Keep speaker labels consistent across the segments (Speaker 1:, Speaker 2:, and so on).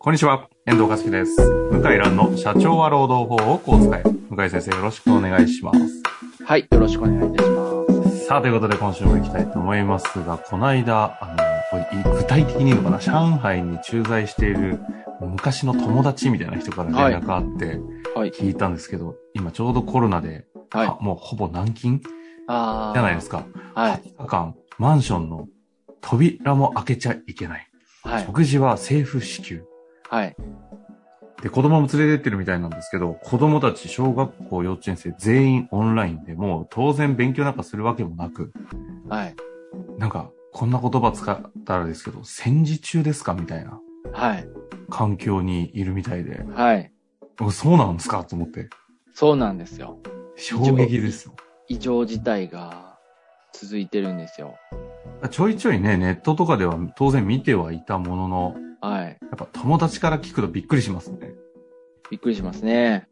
Speaker 1: こんにちは、遠藤和樹です。向井蘭の社長は労働法をこう使え。向井先生よろしくお願いします。
Speaker 2: はい、よろしくお願いいたします。
Speaker 1: さあ、ということで今週も行きたいと思いますが、この間、あの、これい具体的に言うのかな、上海に駐在している昔の友達みたいな人から連絡があって
Speaker 2: はい、
Speaker 1: 聞いたんですけど、今ちょうどコロナで、
Speaker 2: はい
Speaker 1: あ。もうほぼ軟禁じ
Speaker 2: あ
Speaker 1: ゃないです
Speaker 2: か。
Speaker 1: か。
Speaker 2: はい、
Speaker 1: 2日間、マンションの扉も開けちゃいけない。
Speaker 2: はい、
Speaker 1: 食事は政府支給。
Speaker 2: はい。
Speaker 1: で、子供も連れてってるみたいなんですけど、子供たち、小学校、幼稚園生、全員オンラインで、もう当然勉強なんかするわけもなく、
Speaker 2: はい、
Speaker 1: なんか、こんな言葉使ったらですけど、戦時中ですかみたいな
Speaker 2: はい、
Speaker 1: 環境にいるみたいで、
Speaker 2: はい。
Speaker 1: おそうなんですかと思って、
Speaker 2: そうなんですよ。
Speaker 1: 衝撃ですよ。
Speaker 2: 異常事態が続いてるんですよ。
Speaker 1: ちょいちょいね、ネットとかでは当然見てはいたものの、
Speaker 2: はい。
Speaker 1: やっぱ友達から聞くとびっくりしますね。
Speaker 2: びっくりしますね。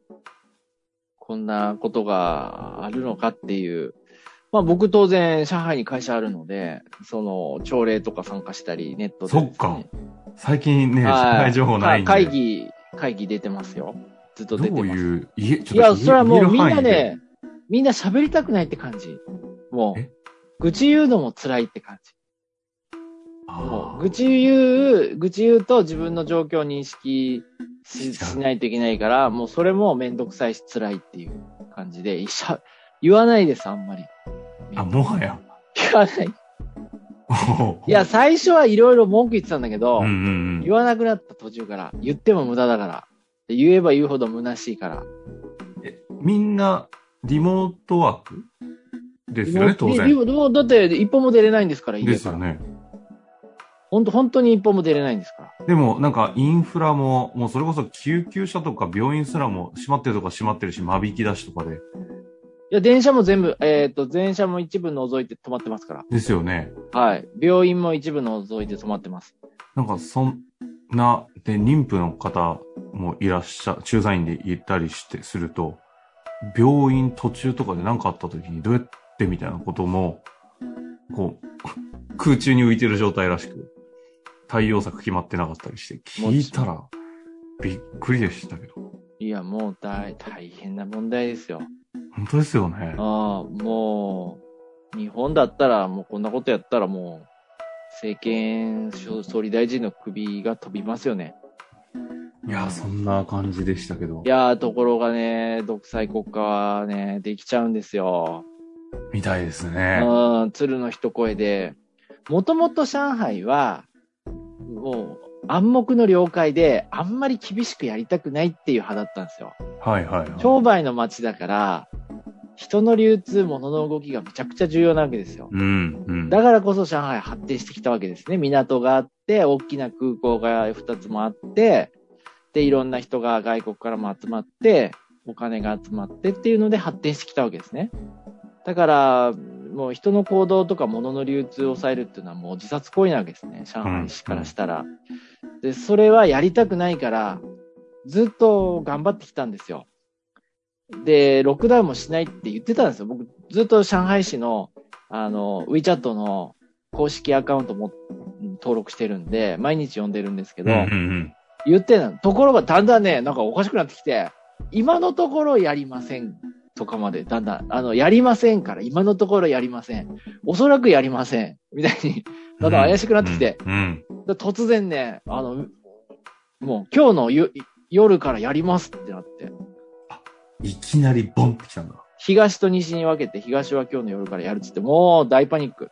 Speaker 2: こんなことがあるのかっていう。まあ僕当然上海に会社あるので、その朝礼とか参加したりネットでですね、
Speaker 1: そっか最近ね、社
Speaker 2: は
Speaker 1: 会情報ないんで。
Speaker 2: 会議、会議出てますよ。ずっと
Speaker 1: ど
Speaker 2: 出てます。
Speaker 1: ういう、いえ、ちょっと
Speaker 2: いや、それはもう
Speaker 1: 言える
Speaker 2: みん
Speaker 1: 範囲
Speaker 2: な
Speaker 1: で
Speaker 2: ね、みんな喋りたくないって感じ。も
Speaker 1: え
Speaker 2: う、愚痴言うのも辛いって感じ。も
Speaker 1: あ
Speaker 2: う、
Speaker 1: ー
Speaker 2: 愚痴言う、愚痴言うと自分の状況を認識し
Speaker 1: しちゃう
Speaker 2: しないといけないから、もうそれもめんどくさいし辛いっていう感じで、いしゃ言わないです、あんまり。
Speaker 1: あ、もはや。
Speaker 2: 言わない。
Speaker 1: い
Speaker 2: いや、、最初はいろいろ文句言ってたんだけど、
Speaker 1: うんうん
Speaker 2: 言わなくなった途中から、言っても無駄だから。で言えば言うほど虚しいから。
Speaker 1: うん、えみんなリモートワークですよね、当
Speaker 2: リ
Speaker 1: 然。
Speaker 2: モリモだって一歩も出れないんですから、家から
Speaker 1: ですよね。
Speaker 2: 本当、本当に一歩も出れないんですから。
Speaker 1: でもなんかインフラも、もうそれこそ救急車とか病院すらも閉まってるとか閉まってるし、間引き出しとかで。
Speaker 2: いや、電車も全部、えっ、と、電車も一部除いて止まってますか
Speaker 1: ですよね。
Speaker 2: ら。はい。病院も一部除いて止まってます。
Speaker 1: なんかそんな、で、妊婦の方もいらっしゃ、駐在員で行ったりして、すると、病院途中とかで何かあった時にどうやってみたいなことも、こう、 空中に浮いてる状態らしく、対応策決まってなかったりして、聞いたら、びっくりでしたけど。
Speaker 2: いや、もう大、大変な問題ですよ。
Speaker 1: 本当ですよね。
Speaker 2: ああ、もう、日本だったら、もうこんなことやったらもう、政権首、総理大臣の首が飛びますよね。
Speaker 1: いや、そんな感じでしたけど
Speaker 2: い。やー、ところがね、独裁国家はね、できちゃうんですよ。
Speaker 1: みたいですね。
Speaker 2: うん、鶴の一声で、もともと上海は、もう暗黙の了解で、あんまり厳しくやりたくないっていう派だったんですよ。
Speaker 1: はいはいはい。
Speaker 2: 商売の街だから、人の流通、物の動きがめちゃくちゃ重要なわけですよ。
Speaker 1: うん、うん。
Speaker 2: だからこそ上海発展してきたわけですね。港があって、大きな空港が2つもあって、で、いろんな人が外国からも集まって、お金が集まってっていうので発展してきたわけですね。だから、もう人の行動とか物の流通を抑えるっていうのはもう自殺行為なわけですね。上海市からしたら。で、それはやりたくないから、ずっと頑張ってきたんですよ。で、ロックダウンもしないって言ってたんですよ。僕、ずっと上海市の、あの、WeChat の公式アカウントもうん登録してるんで、毎日読んでるんですけ
Speaker 1: うん、
Speaker 2: ど、
Speaker 1: うん
Speaker 2: 言ってたの。ところがだんだんね、なんかおかしくなってきて、今のところやりませんとかまで、だんだん、あの、やりませんから、今のところやりません。おそらくやりません。みたいに、
Speaker 1: う
Speaker 2: だ
Speaker 1: ん。
Speaker 2: んだん怪しくなってきて、
Speaker 1: うん。うん。
Speaker 2: で突然ね、あの、もう今日のよ夜からやりますってなって、
Speaker 1: いきなりボンってきたんだ。
Speaker 2: 東と西に分けて、東は今日の夜からやるっつって、もう大パニック。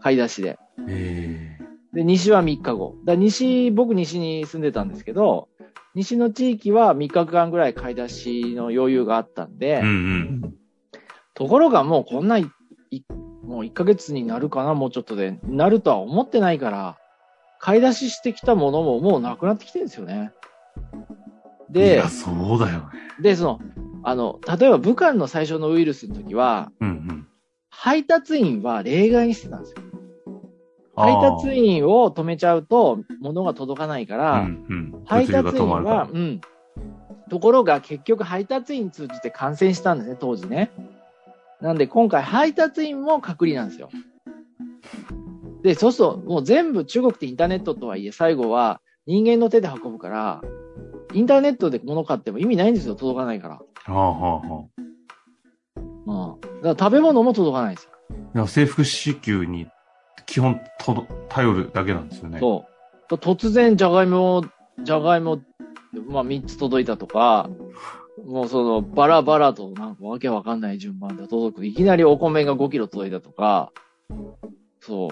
Speaker 2: 買い出しで。
Speaker 1: ええ
Speaker 2: で、西は3日後。だ西、僕西に住んでたんですけど、西の地域は3日間ぐらい買い出しの余裕があったんで、
Speaker 1: うん
Speaker 2: ところがもうこんない、いもう1ヶ月になるかな、もうちょっとで、なるとは思ってないから、買い出ししてきたものももうなくなってきてるんですよね。
Speaker 1: うん。い
Speaker 2: で
Speaker 1: や、、そうだよね。
Speaker 2: で、その、あの、例えば武漢の最初のウイルスの時は、
Speaker 1: うんうん。
Speaker 2: 配達員は例外にしてたんですよ。配
Speaker 1: あー
Speaker 2: 達員を止めちゃうと、物が届かないから、
Speaker 1: うんうん、
Speaker 2: 配達
Speaker 1: 物流が
Speaker 2: 員
Speaker 1: 止まるか
Speaker 2: は
Speaker 1: ら、
Speaker 2: うん。ところが結局配達員通じて感染したんですね、当時ね。なんで今回配達員も隔離なんですよ。で、そうするともう全部中国ってインターネットとはいえ最後は人間の手で運ぶから、インターネットで物買っても意味ないんですよ、届かないから。
Speaker 1: ああ、はあ、はあ。
Speaker 2: うん。だから食べ物も届かないんですよ。
Speaker 1: だから制服支給に基本とど頼るだけなんですよね。
Speaker 2: そう。と突然、じゃがいも、じゃがいも、まあ3つ届いたとか、もうそのバラバラとなんかわけわかんない順番で届く。いきなりお米が5キロ届いたとか、そう。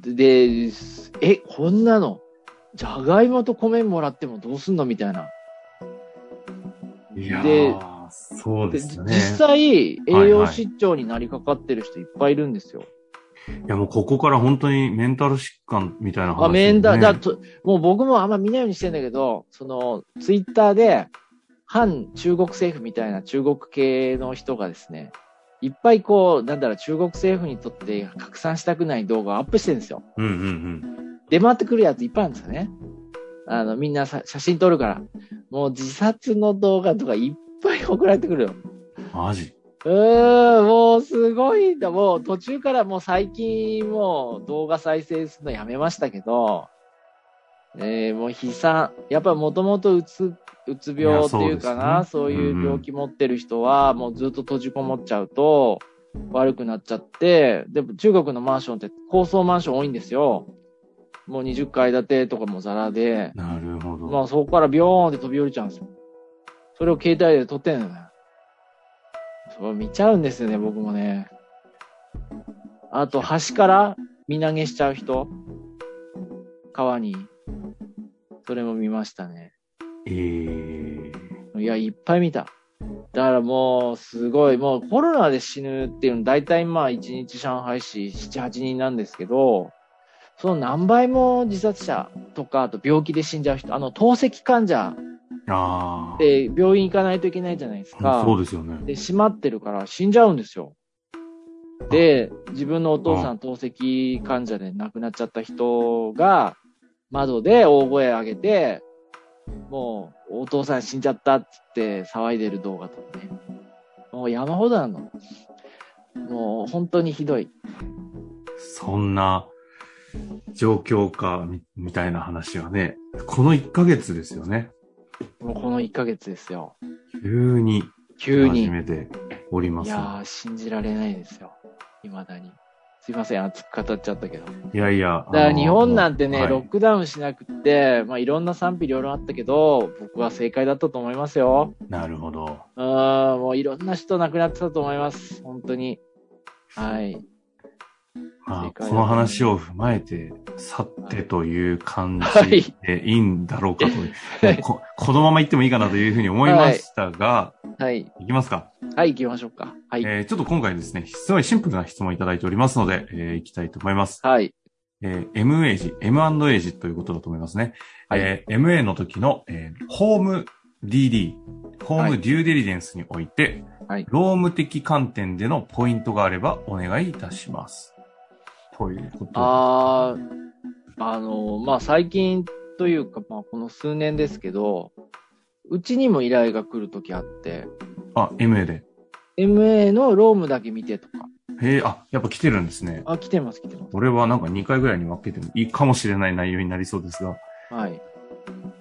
Speaker 2: で、ですえ、こんなの、じゃがいもと米もらってもどうすんのみたいな。
Speaker 1: いや
Speaker 2: で
Speaker 1: ー、そう
Speaker 2: で
Speaker 1: です
Speaker 2: 実
Speaker 1: よね。
Speaker 2: 際、栄
Speaker 1: はいは
Speaker 2: 養
Speaker 1: い
Speaker 2: 失調になりかかってる人いっぱいいるんですよ。
Speaker 1: いや、もうここから本当にメンタル疾患みたいな話、
Speaker 2: あ、メンダー、だと、もう僕もあんま見ないようにしてんだけど、その、ツイッターで、反中国政府みたいな中国系の人がですね、いっぱいこう、なんだろう、中国政府にとって拡散したくない動画をアップしてるんですよ。
Speaker 1: うんうんうん。
Speaker 2: 出回ってくるやついっぱいあるんですよね。あの、みんなさ写真撮るから。もう自殺の動画とかいっぱい送られてくるよ。
Speaker 1: マジ。
Speaker 2: うーん、もうすごいんだ。もう途中からもう最近もう動画再生するのやめましたけど、えーもう悲惨。やっぱもともとうつ、うつ病っていうか
Speaker 1: い
Speaker 2: な、
Speaker 1: や
Speaker 2: そ
Speaker 1: そううですね
Speaker 2: いう病気持ってる人は、もうずっと閉じこもっちゃうと、悪くなっちゃって、でも中国のマンションって高層マンション多いんですよ。もう20階建てとかもザラで、
Speaker 1: なるほど。
Speaker 2: まあそこからビョーンって飛び降りちゃうんですよ。それを携帯で撮ってんのよ。そう見ちゃうんですよね、僕もね。あと、橋から身投げしちゃう人。川に。それも見ましたね。
Speaker 1: ええ
Speaker 2: いや、いっぱい見た。だからもう、すごい、もうコロナで死ぬっていうの、大体まあ1日上海市7、8人なんですけど、その何倍も自殺者とか、あと病気で死んじゃう人、あの、透析患者
Speaker 1: ああ。
Speaker 2: で病院行かないといけないじゃないですか。
Speaker 1: そうですよね。
Speaker 2: で、閉まってるから死んじゃうんですよ。で、自分のお父さん透析患者で亡くなっちゃった人が、窓で大声上げて、もう、お父さん死んじゃったって言って騒いでる動画とかね。もう山ほどなの。もう本当にひどい。
Speaker 1: そんな状況かみ、みたいな話はね、この1ヶ月ですよね。
Speaker 2: もうこの1ヶ月ですよ。
Speaker 1: 急に
Speaker 2: 急に。
Speaker 1: 始めておりま
Speaker 2: い
Speaker 1: す。い
Speaker 2: や
Speaker 1: や
Speaker 2: ー、信じられないですよ。未だに。すいません、熱く語っちゃったけど。
Speaker 1: いや
Speaker 2: だから日本なんてね、
Speaker 1: あの
Speaker 2: ロックダウンしなくって、まあいろんな賛否両論あったけど、僕は正解だったと思いますよ。
Speaker 1: はいなるほど。
Speaker 2: うーん、もういろんな人亡くなってたと思います。本当に。はい。
Speaker 1: ま
Speaker 2: 正
Speaker 1: あ、
Speaker 2: 解だ
Speaker 1: この話を踏まえて、去ってという感
Speaker 2: はい
Speaker 1: じでいいんだろうかという、こ、このまま行ってもいいかなというふうに思いましたが、
Speaker 2: はい。
Speaker 1: い、きますか。
Speaker 2: はい、行きましょうか。はい。
Speaker 1: えーちょっと今回ですね、すごいシンプルな質問をいただいておりますので、えーいきたいと思います。
Speaker 2: はい。
Speaker 1: えー M エイジ、M&A ジということだと思いますね。
Speaker 2: はい
Speaker 1: えー MA の時の、えーホーム DD、ホー
Speaker 2: は
Speaker 1: ム
Speaker 2: い
Speaker 1: デューデリジェンスにおいて、
Speaker 2: はい
Speaker 1: ローム的観点でのポイントがあればお願いいたします。ということで
Speaker 2: あー、あのーまあ最近というか、まあこの数年ですけど、うちにも依頼が来るときあって、
Speaker 1: あ、MA で。
Speaker 2: MA のロームだけ見てとか。
Speaker 1: へえ、あ、やっぱ来てるんですね。
Speaker 2: あ、来てます、来てます。
Speaker 1: 俺はなんか2回ぐらいに分けてもいいかもしれない内容になりそうですが、
Speaker 2: はい。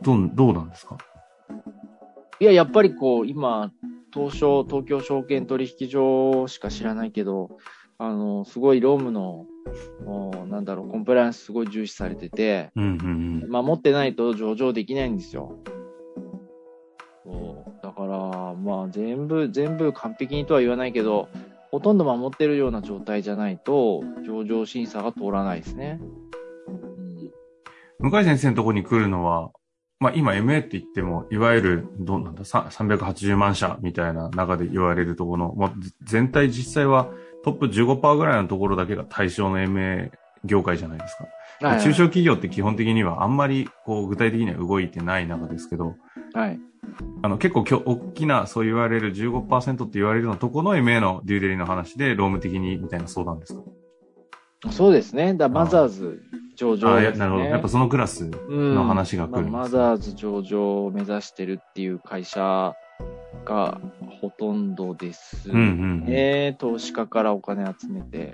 Speaker 1: どん、どうなんですか
Speaker 2: いや、やっぱりこう、今、東証、東京証券取引所しか知らないけど、あの、すごいロームの、おなんだろう、コンプライアンスすごい重視されてて、
Speaker 1: うんうん
Speaker 2: まあ、持ってないと上場できないんですよ。そうだから、まあ、全部、全部完璧にとは言わないけど、ほとんど守ってるような状態じゃないと、上場審査が通らないですね。うん
Speaker 1: うん。向井先生のとこに来るのは、まあ今 MA って言っても、いわゆる、どうなんだ、さ380万社みたいな中で言われるところの、まあぜ全体実際はトップ15%ぐらいのところだけが対象の MA 業界じゃないですか。
Speaker 2: はいはい
Speaker 1: 中小企業って基本的にはあんまりこう具体的には動いてない中ですけど、
Speaker 2: はい。
Speaker 1: あの、結構きょ、大きな、そう言われる15%って言われるようなとこの MA のデューデリの話で、ローム的に、みたいな相談ですか、
Speaker 2: そうですね。だからマザーズ
Speaker 1: あ
Speaker 2: 上場
Speaker 1: あ、
Speaker 2: で
Speaker 1: や
Speaker 2: すね。
Speaker 1: なるほど。やっぱそのクラス。
Speaker 2: の
Speaker 1: 話が来るんですね
Speaker 2: マザーズ上場を目指してるっていう会社がほとんどです、
Speaker 1: うんうん、うん。
Speaker 2: ね。投資家からお金集めて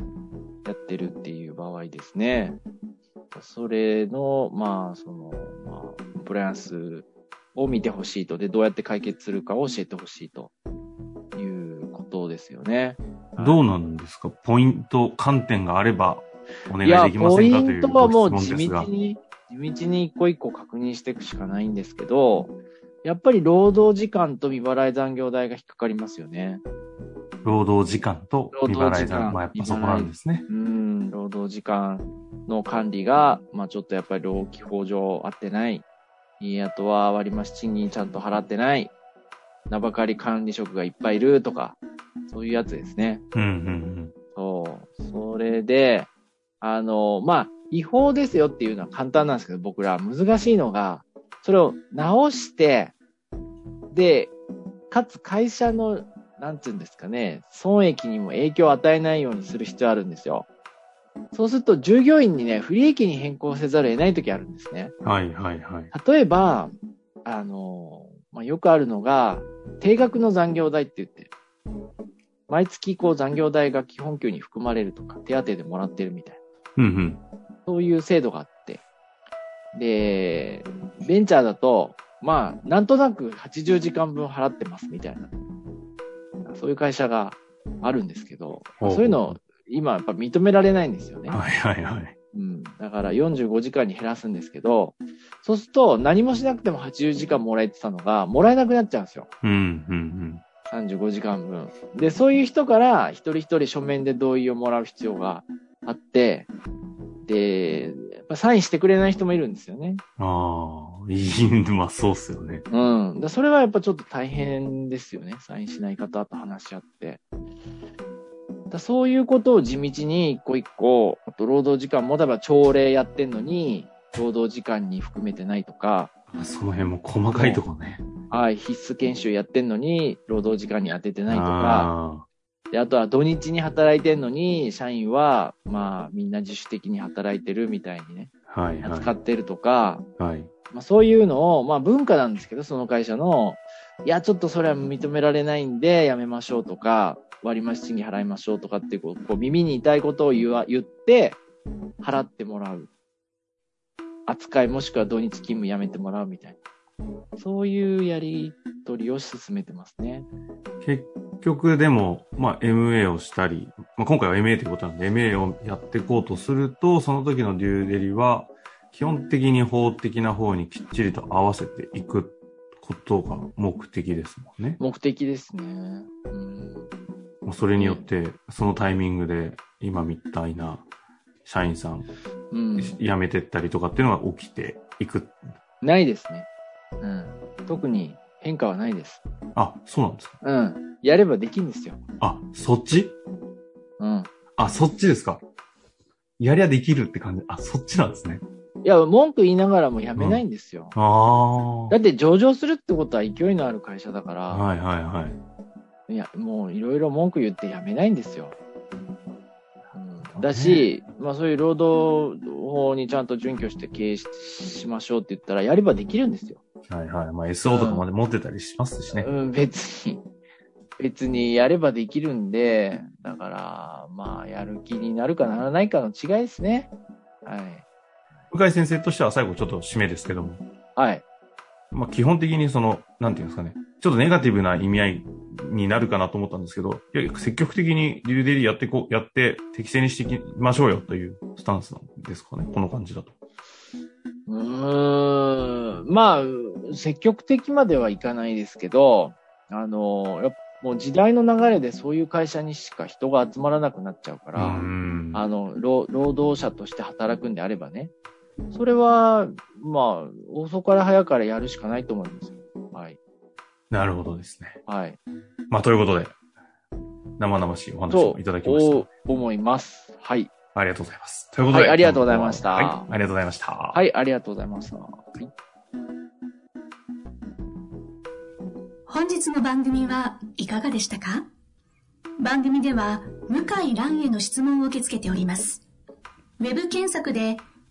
Speaker 2: やってるっていう場合ですね。それの、まあ、その、まあ、コンプライアンスを見てほしいと。で、どうやって解決するかを教えてほしいということですよね。
Speaker 1: どうなんですかポイント、観点があればお願いできま
Speaker 2: ポ
Speaker 1: せん
Speaker 2: イ
Speaker 1: かとい
Speaker 2: ン
Speaker 1: う
Speaker 2: トはも
Speaker 1: ご
Speaker 2: う
Speaker 1: 質問です
Speaker 2: 地道
Speaker 1: が。
Speaker 2: に、地道に一個一個確認していくしかないんですけど、やっぱり労働時間と未払い残業代が引っかかりますよね。
Speaker 1: 労働時間と未
Speaker 2: 労働
Speaker 1: 払
Speaker 2: 時
Speaker 1: い
Speaker 2: 間
Speaker 1: 残業。まあやっぱそこなんですね。
Speaker 2: うん、労働時間の管理が、まあちょっとやっぱり労基法上合ってない。いいあとは割増賃金ちゃんと払ってない。名ばかり管理職がいっぱいいるとか、そういうやつですね。
Speaker 1: うんうん
Speaker 2: そう。それで、あの、まあ、違法ですよっていうのは簡単なんですけど、僕ら難しいのが、それを直して、で、かつ会社の、なんていうんですかね、損益にも影響を与えないようにする必要あるんですよ。そうすると、従業員にね、不利益に変更せざるを得ない時あるんですね。
Speaker 1: うん。はいはいはい。
Speaker 2: 例えば、あの、まあ、よくあるのが、定額の残業代って言って、毎月こう残業代が基本給に含まれるとか、手当でもらってるみたい
Speaker 1: うんうん。
Speaker 2: な、そういう制度があって。で、ベンチャーだと、まあ、なんとなく80時間分払ってますみたいな、そういう会社があるんですけど、
Speaker 1: ほう
Speaker 2: そういうの、今やっぱ認められないんですよね。
Speaker 1: はいはいはい。
Speaker 2: うん、だから45時間に減らすんですけど、そうすると何もしなくても80時間もらえてたのが、もらえなくなっちゃうんですよ。
Speaker 1: うんうん
Speaker 2: 35時間分。で、そういう人から一人一人書面で同意をもらう必要があって、で、やっぱサインしてくれない人もいるんですよね。
Speaker 1: うん。ああ、いい、まあそうっすよね。
Speaker 2: うん。だそれはやっぱちょっと大変ですよね。サインしない方と話し合って。だそういうことを地道に一個一個、あと労働時間も、例えば朝礼やってんのに、労働時間に含めてないとか、
Speaker 1: その辺も細かいとこね。
Speaker 2: はい、必須研修やってんのに、労働時間に当ててないとか、
Speaker 1: あ
Speaker 2: であとは土日に働いてんのに、社員は、まあ、みんな自主的に働いてるみたいにね、
Speaker 1: あ、はいは
Speaker 2: 扱っ
Speaker 1: い。
Speaker 2: てるとか、
Speaker 1: はい。
Speaker 2: まあ、そういうのを、まあ文化なんですけど、その会社の、いや、ちょっとそれは認められないんで、やめましょうとか、割増賃金払いましょうとかっていうこう、こう耳に痛いことを言わ言って、払ってもらう。扱いもしくは土日勤務やめてもらうみたいな。そういうやりとりを進めてますね。
Speaker 1: 結局でも、まあ MA をしたり、まあ今回は MA ということなんで、MA をやっていこうとすると、その時のデューデリは、基本的に法的な方にきっちりと合わせていくことが目的ですもんね。
Speaker 2: 目的ですね。うん。
Speaker 1: まあそれによって、そのタイミングで今みたいな社員さん
Speaker 2: うん。
Speaker 1: 辞めてったりとかっていうのが起きていく。
Speaker 2: ないですね。うん。特に変化はないです。
Speaker 1: あ、そうなんですか。
Speaker 2: うん。やればできるんですよ。
Speaker 1: あ、そっち
Speaker 2: うん。
Speaker 1: あ、そっちですか。やりゃできるって感じ。あ、そっちなんですね。
Speaker 2: いや、文句言いながらも辞めないんですよ。
Speaker 1: ああ。
Speaker 2: だって上場するってことは勢いのある会社だから、
Speaker 1: はいはいはい。
Speaker 2: い、や、もういろいろ文句言って辞めないんですよ。うんだ
Speaker 1: ね
Speaker 2: し、まあそういう労働法にちゃんと準拠して経営ししましょうって言ったら、やればできるんですよ。
Speaker 1: はいはい。まあ SO とかまで持ってたりしますしね。
Speaker 2: うん、別に。別にやればできるんで、だから、まあ、やる気になるかならないかの違いですね。はい。
Speaker 1: 向井先生としては最後ちょっと締めですけども。
Speaker 2: はい。
Speaker 1: まあ基本的にその、なんていうんですかね。ちょっとネガティブな意味合いになるかなと思ったんですけど、いや積極的にデューデリやってこう、やって適正にしていきましょうよというスタンスなんですかね。この感じだと。
Speaker 2: うーんまあ、積極的まではいかないですけど、あの、やっぱもう時代の流れでそういう会社にしか人が集まらなくなっちゃうか
Speaker 1: う
Speaker 2: ら、
Speaker 1: ん。
Speaker 2: あの、労労働者として働くんであればね、それは、まあ、遅から早からやるしかないと思いますよ。はい。
Speaker 1: なるほどですね。
Speaker 2: はい。
Speaker 1: まあということで、生々しいお話
Speaker 2: と
Speaker 1: をいただきました。
Speaker 2: お思います。はい。
Speaker 1: ありがとうございます。ということで、
Speaker 2: はいありがとうございました
Speaker 1: はい、ありがとうございました。はい
Speaker 2: はい、ありがとうございました。はい
Speaker 3: 本日の番組はいかがでしたか番組では向井蘭への質問を受け付けております。ウェブ検索で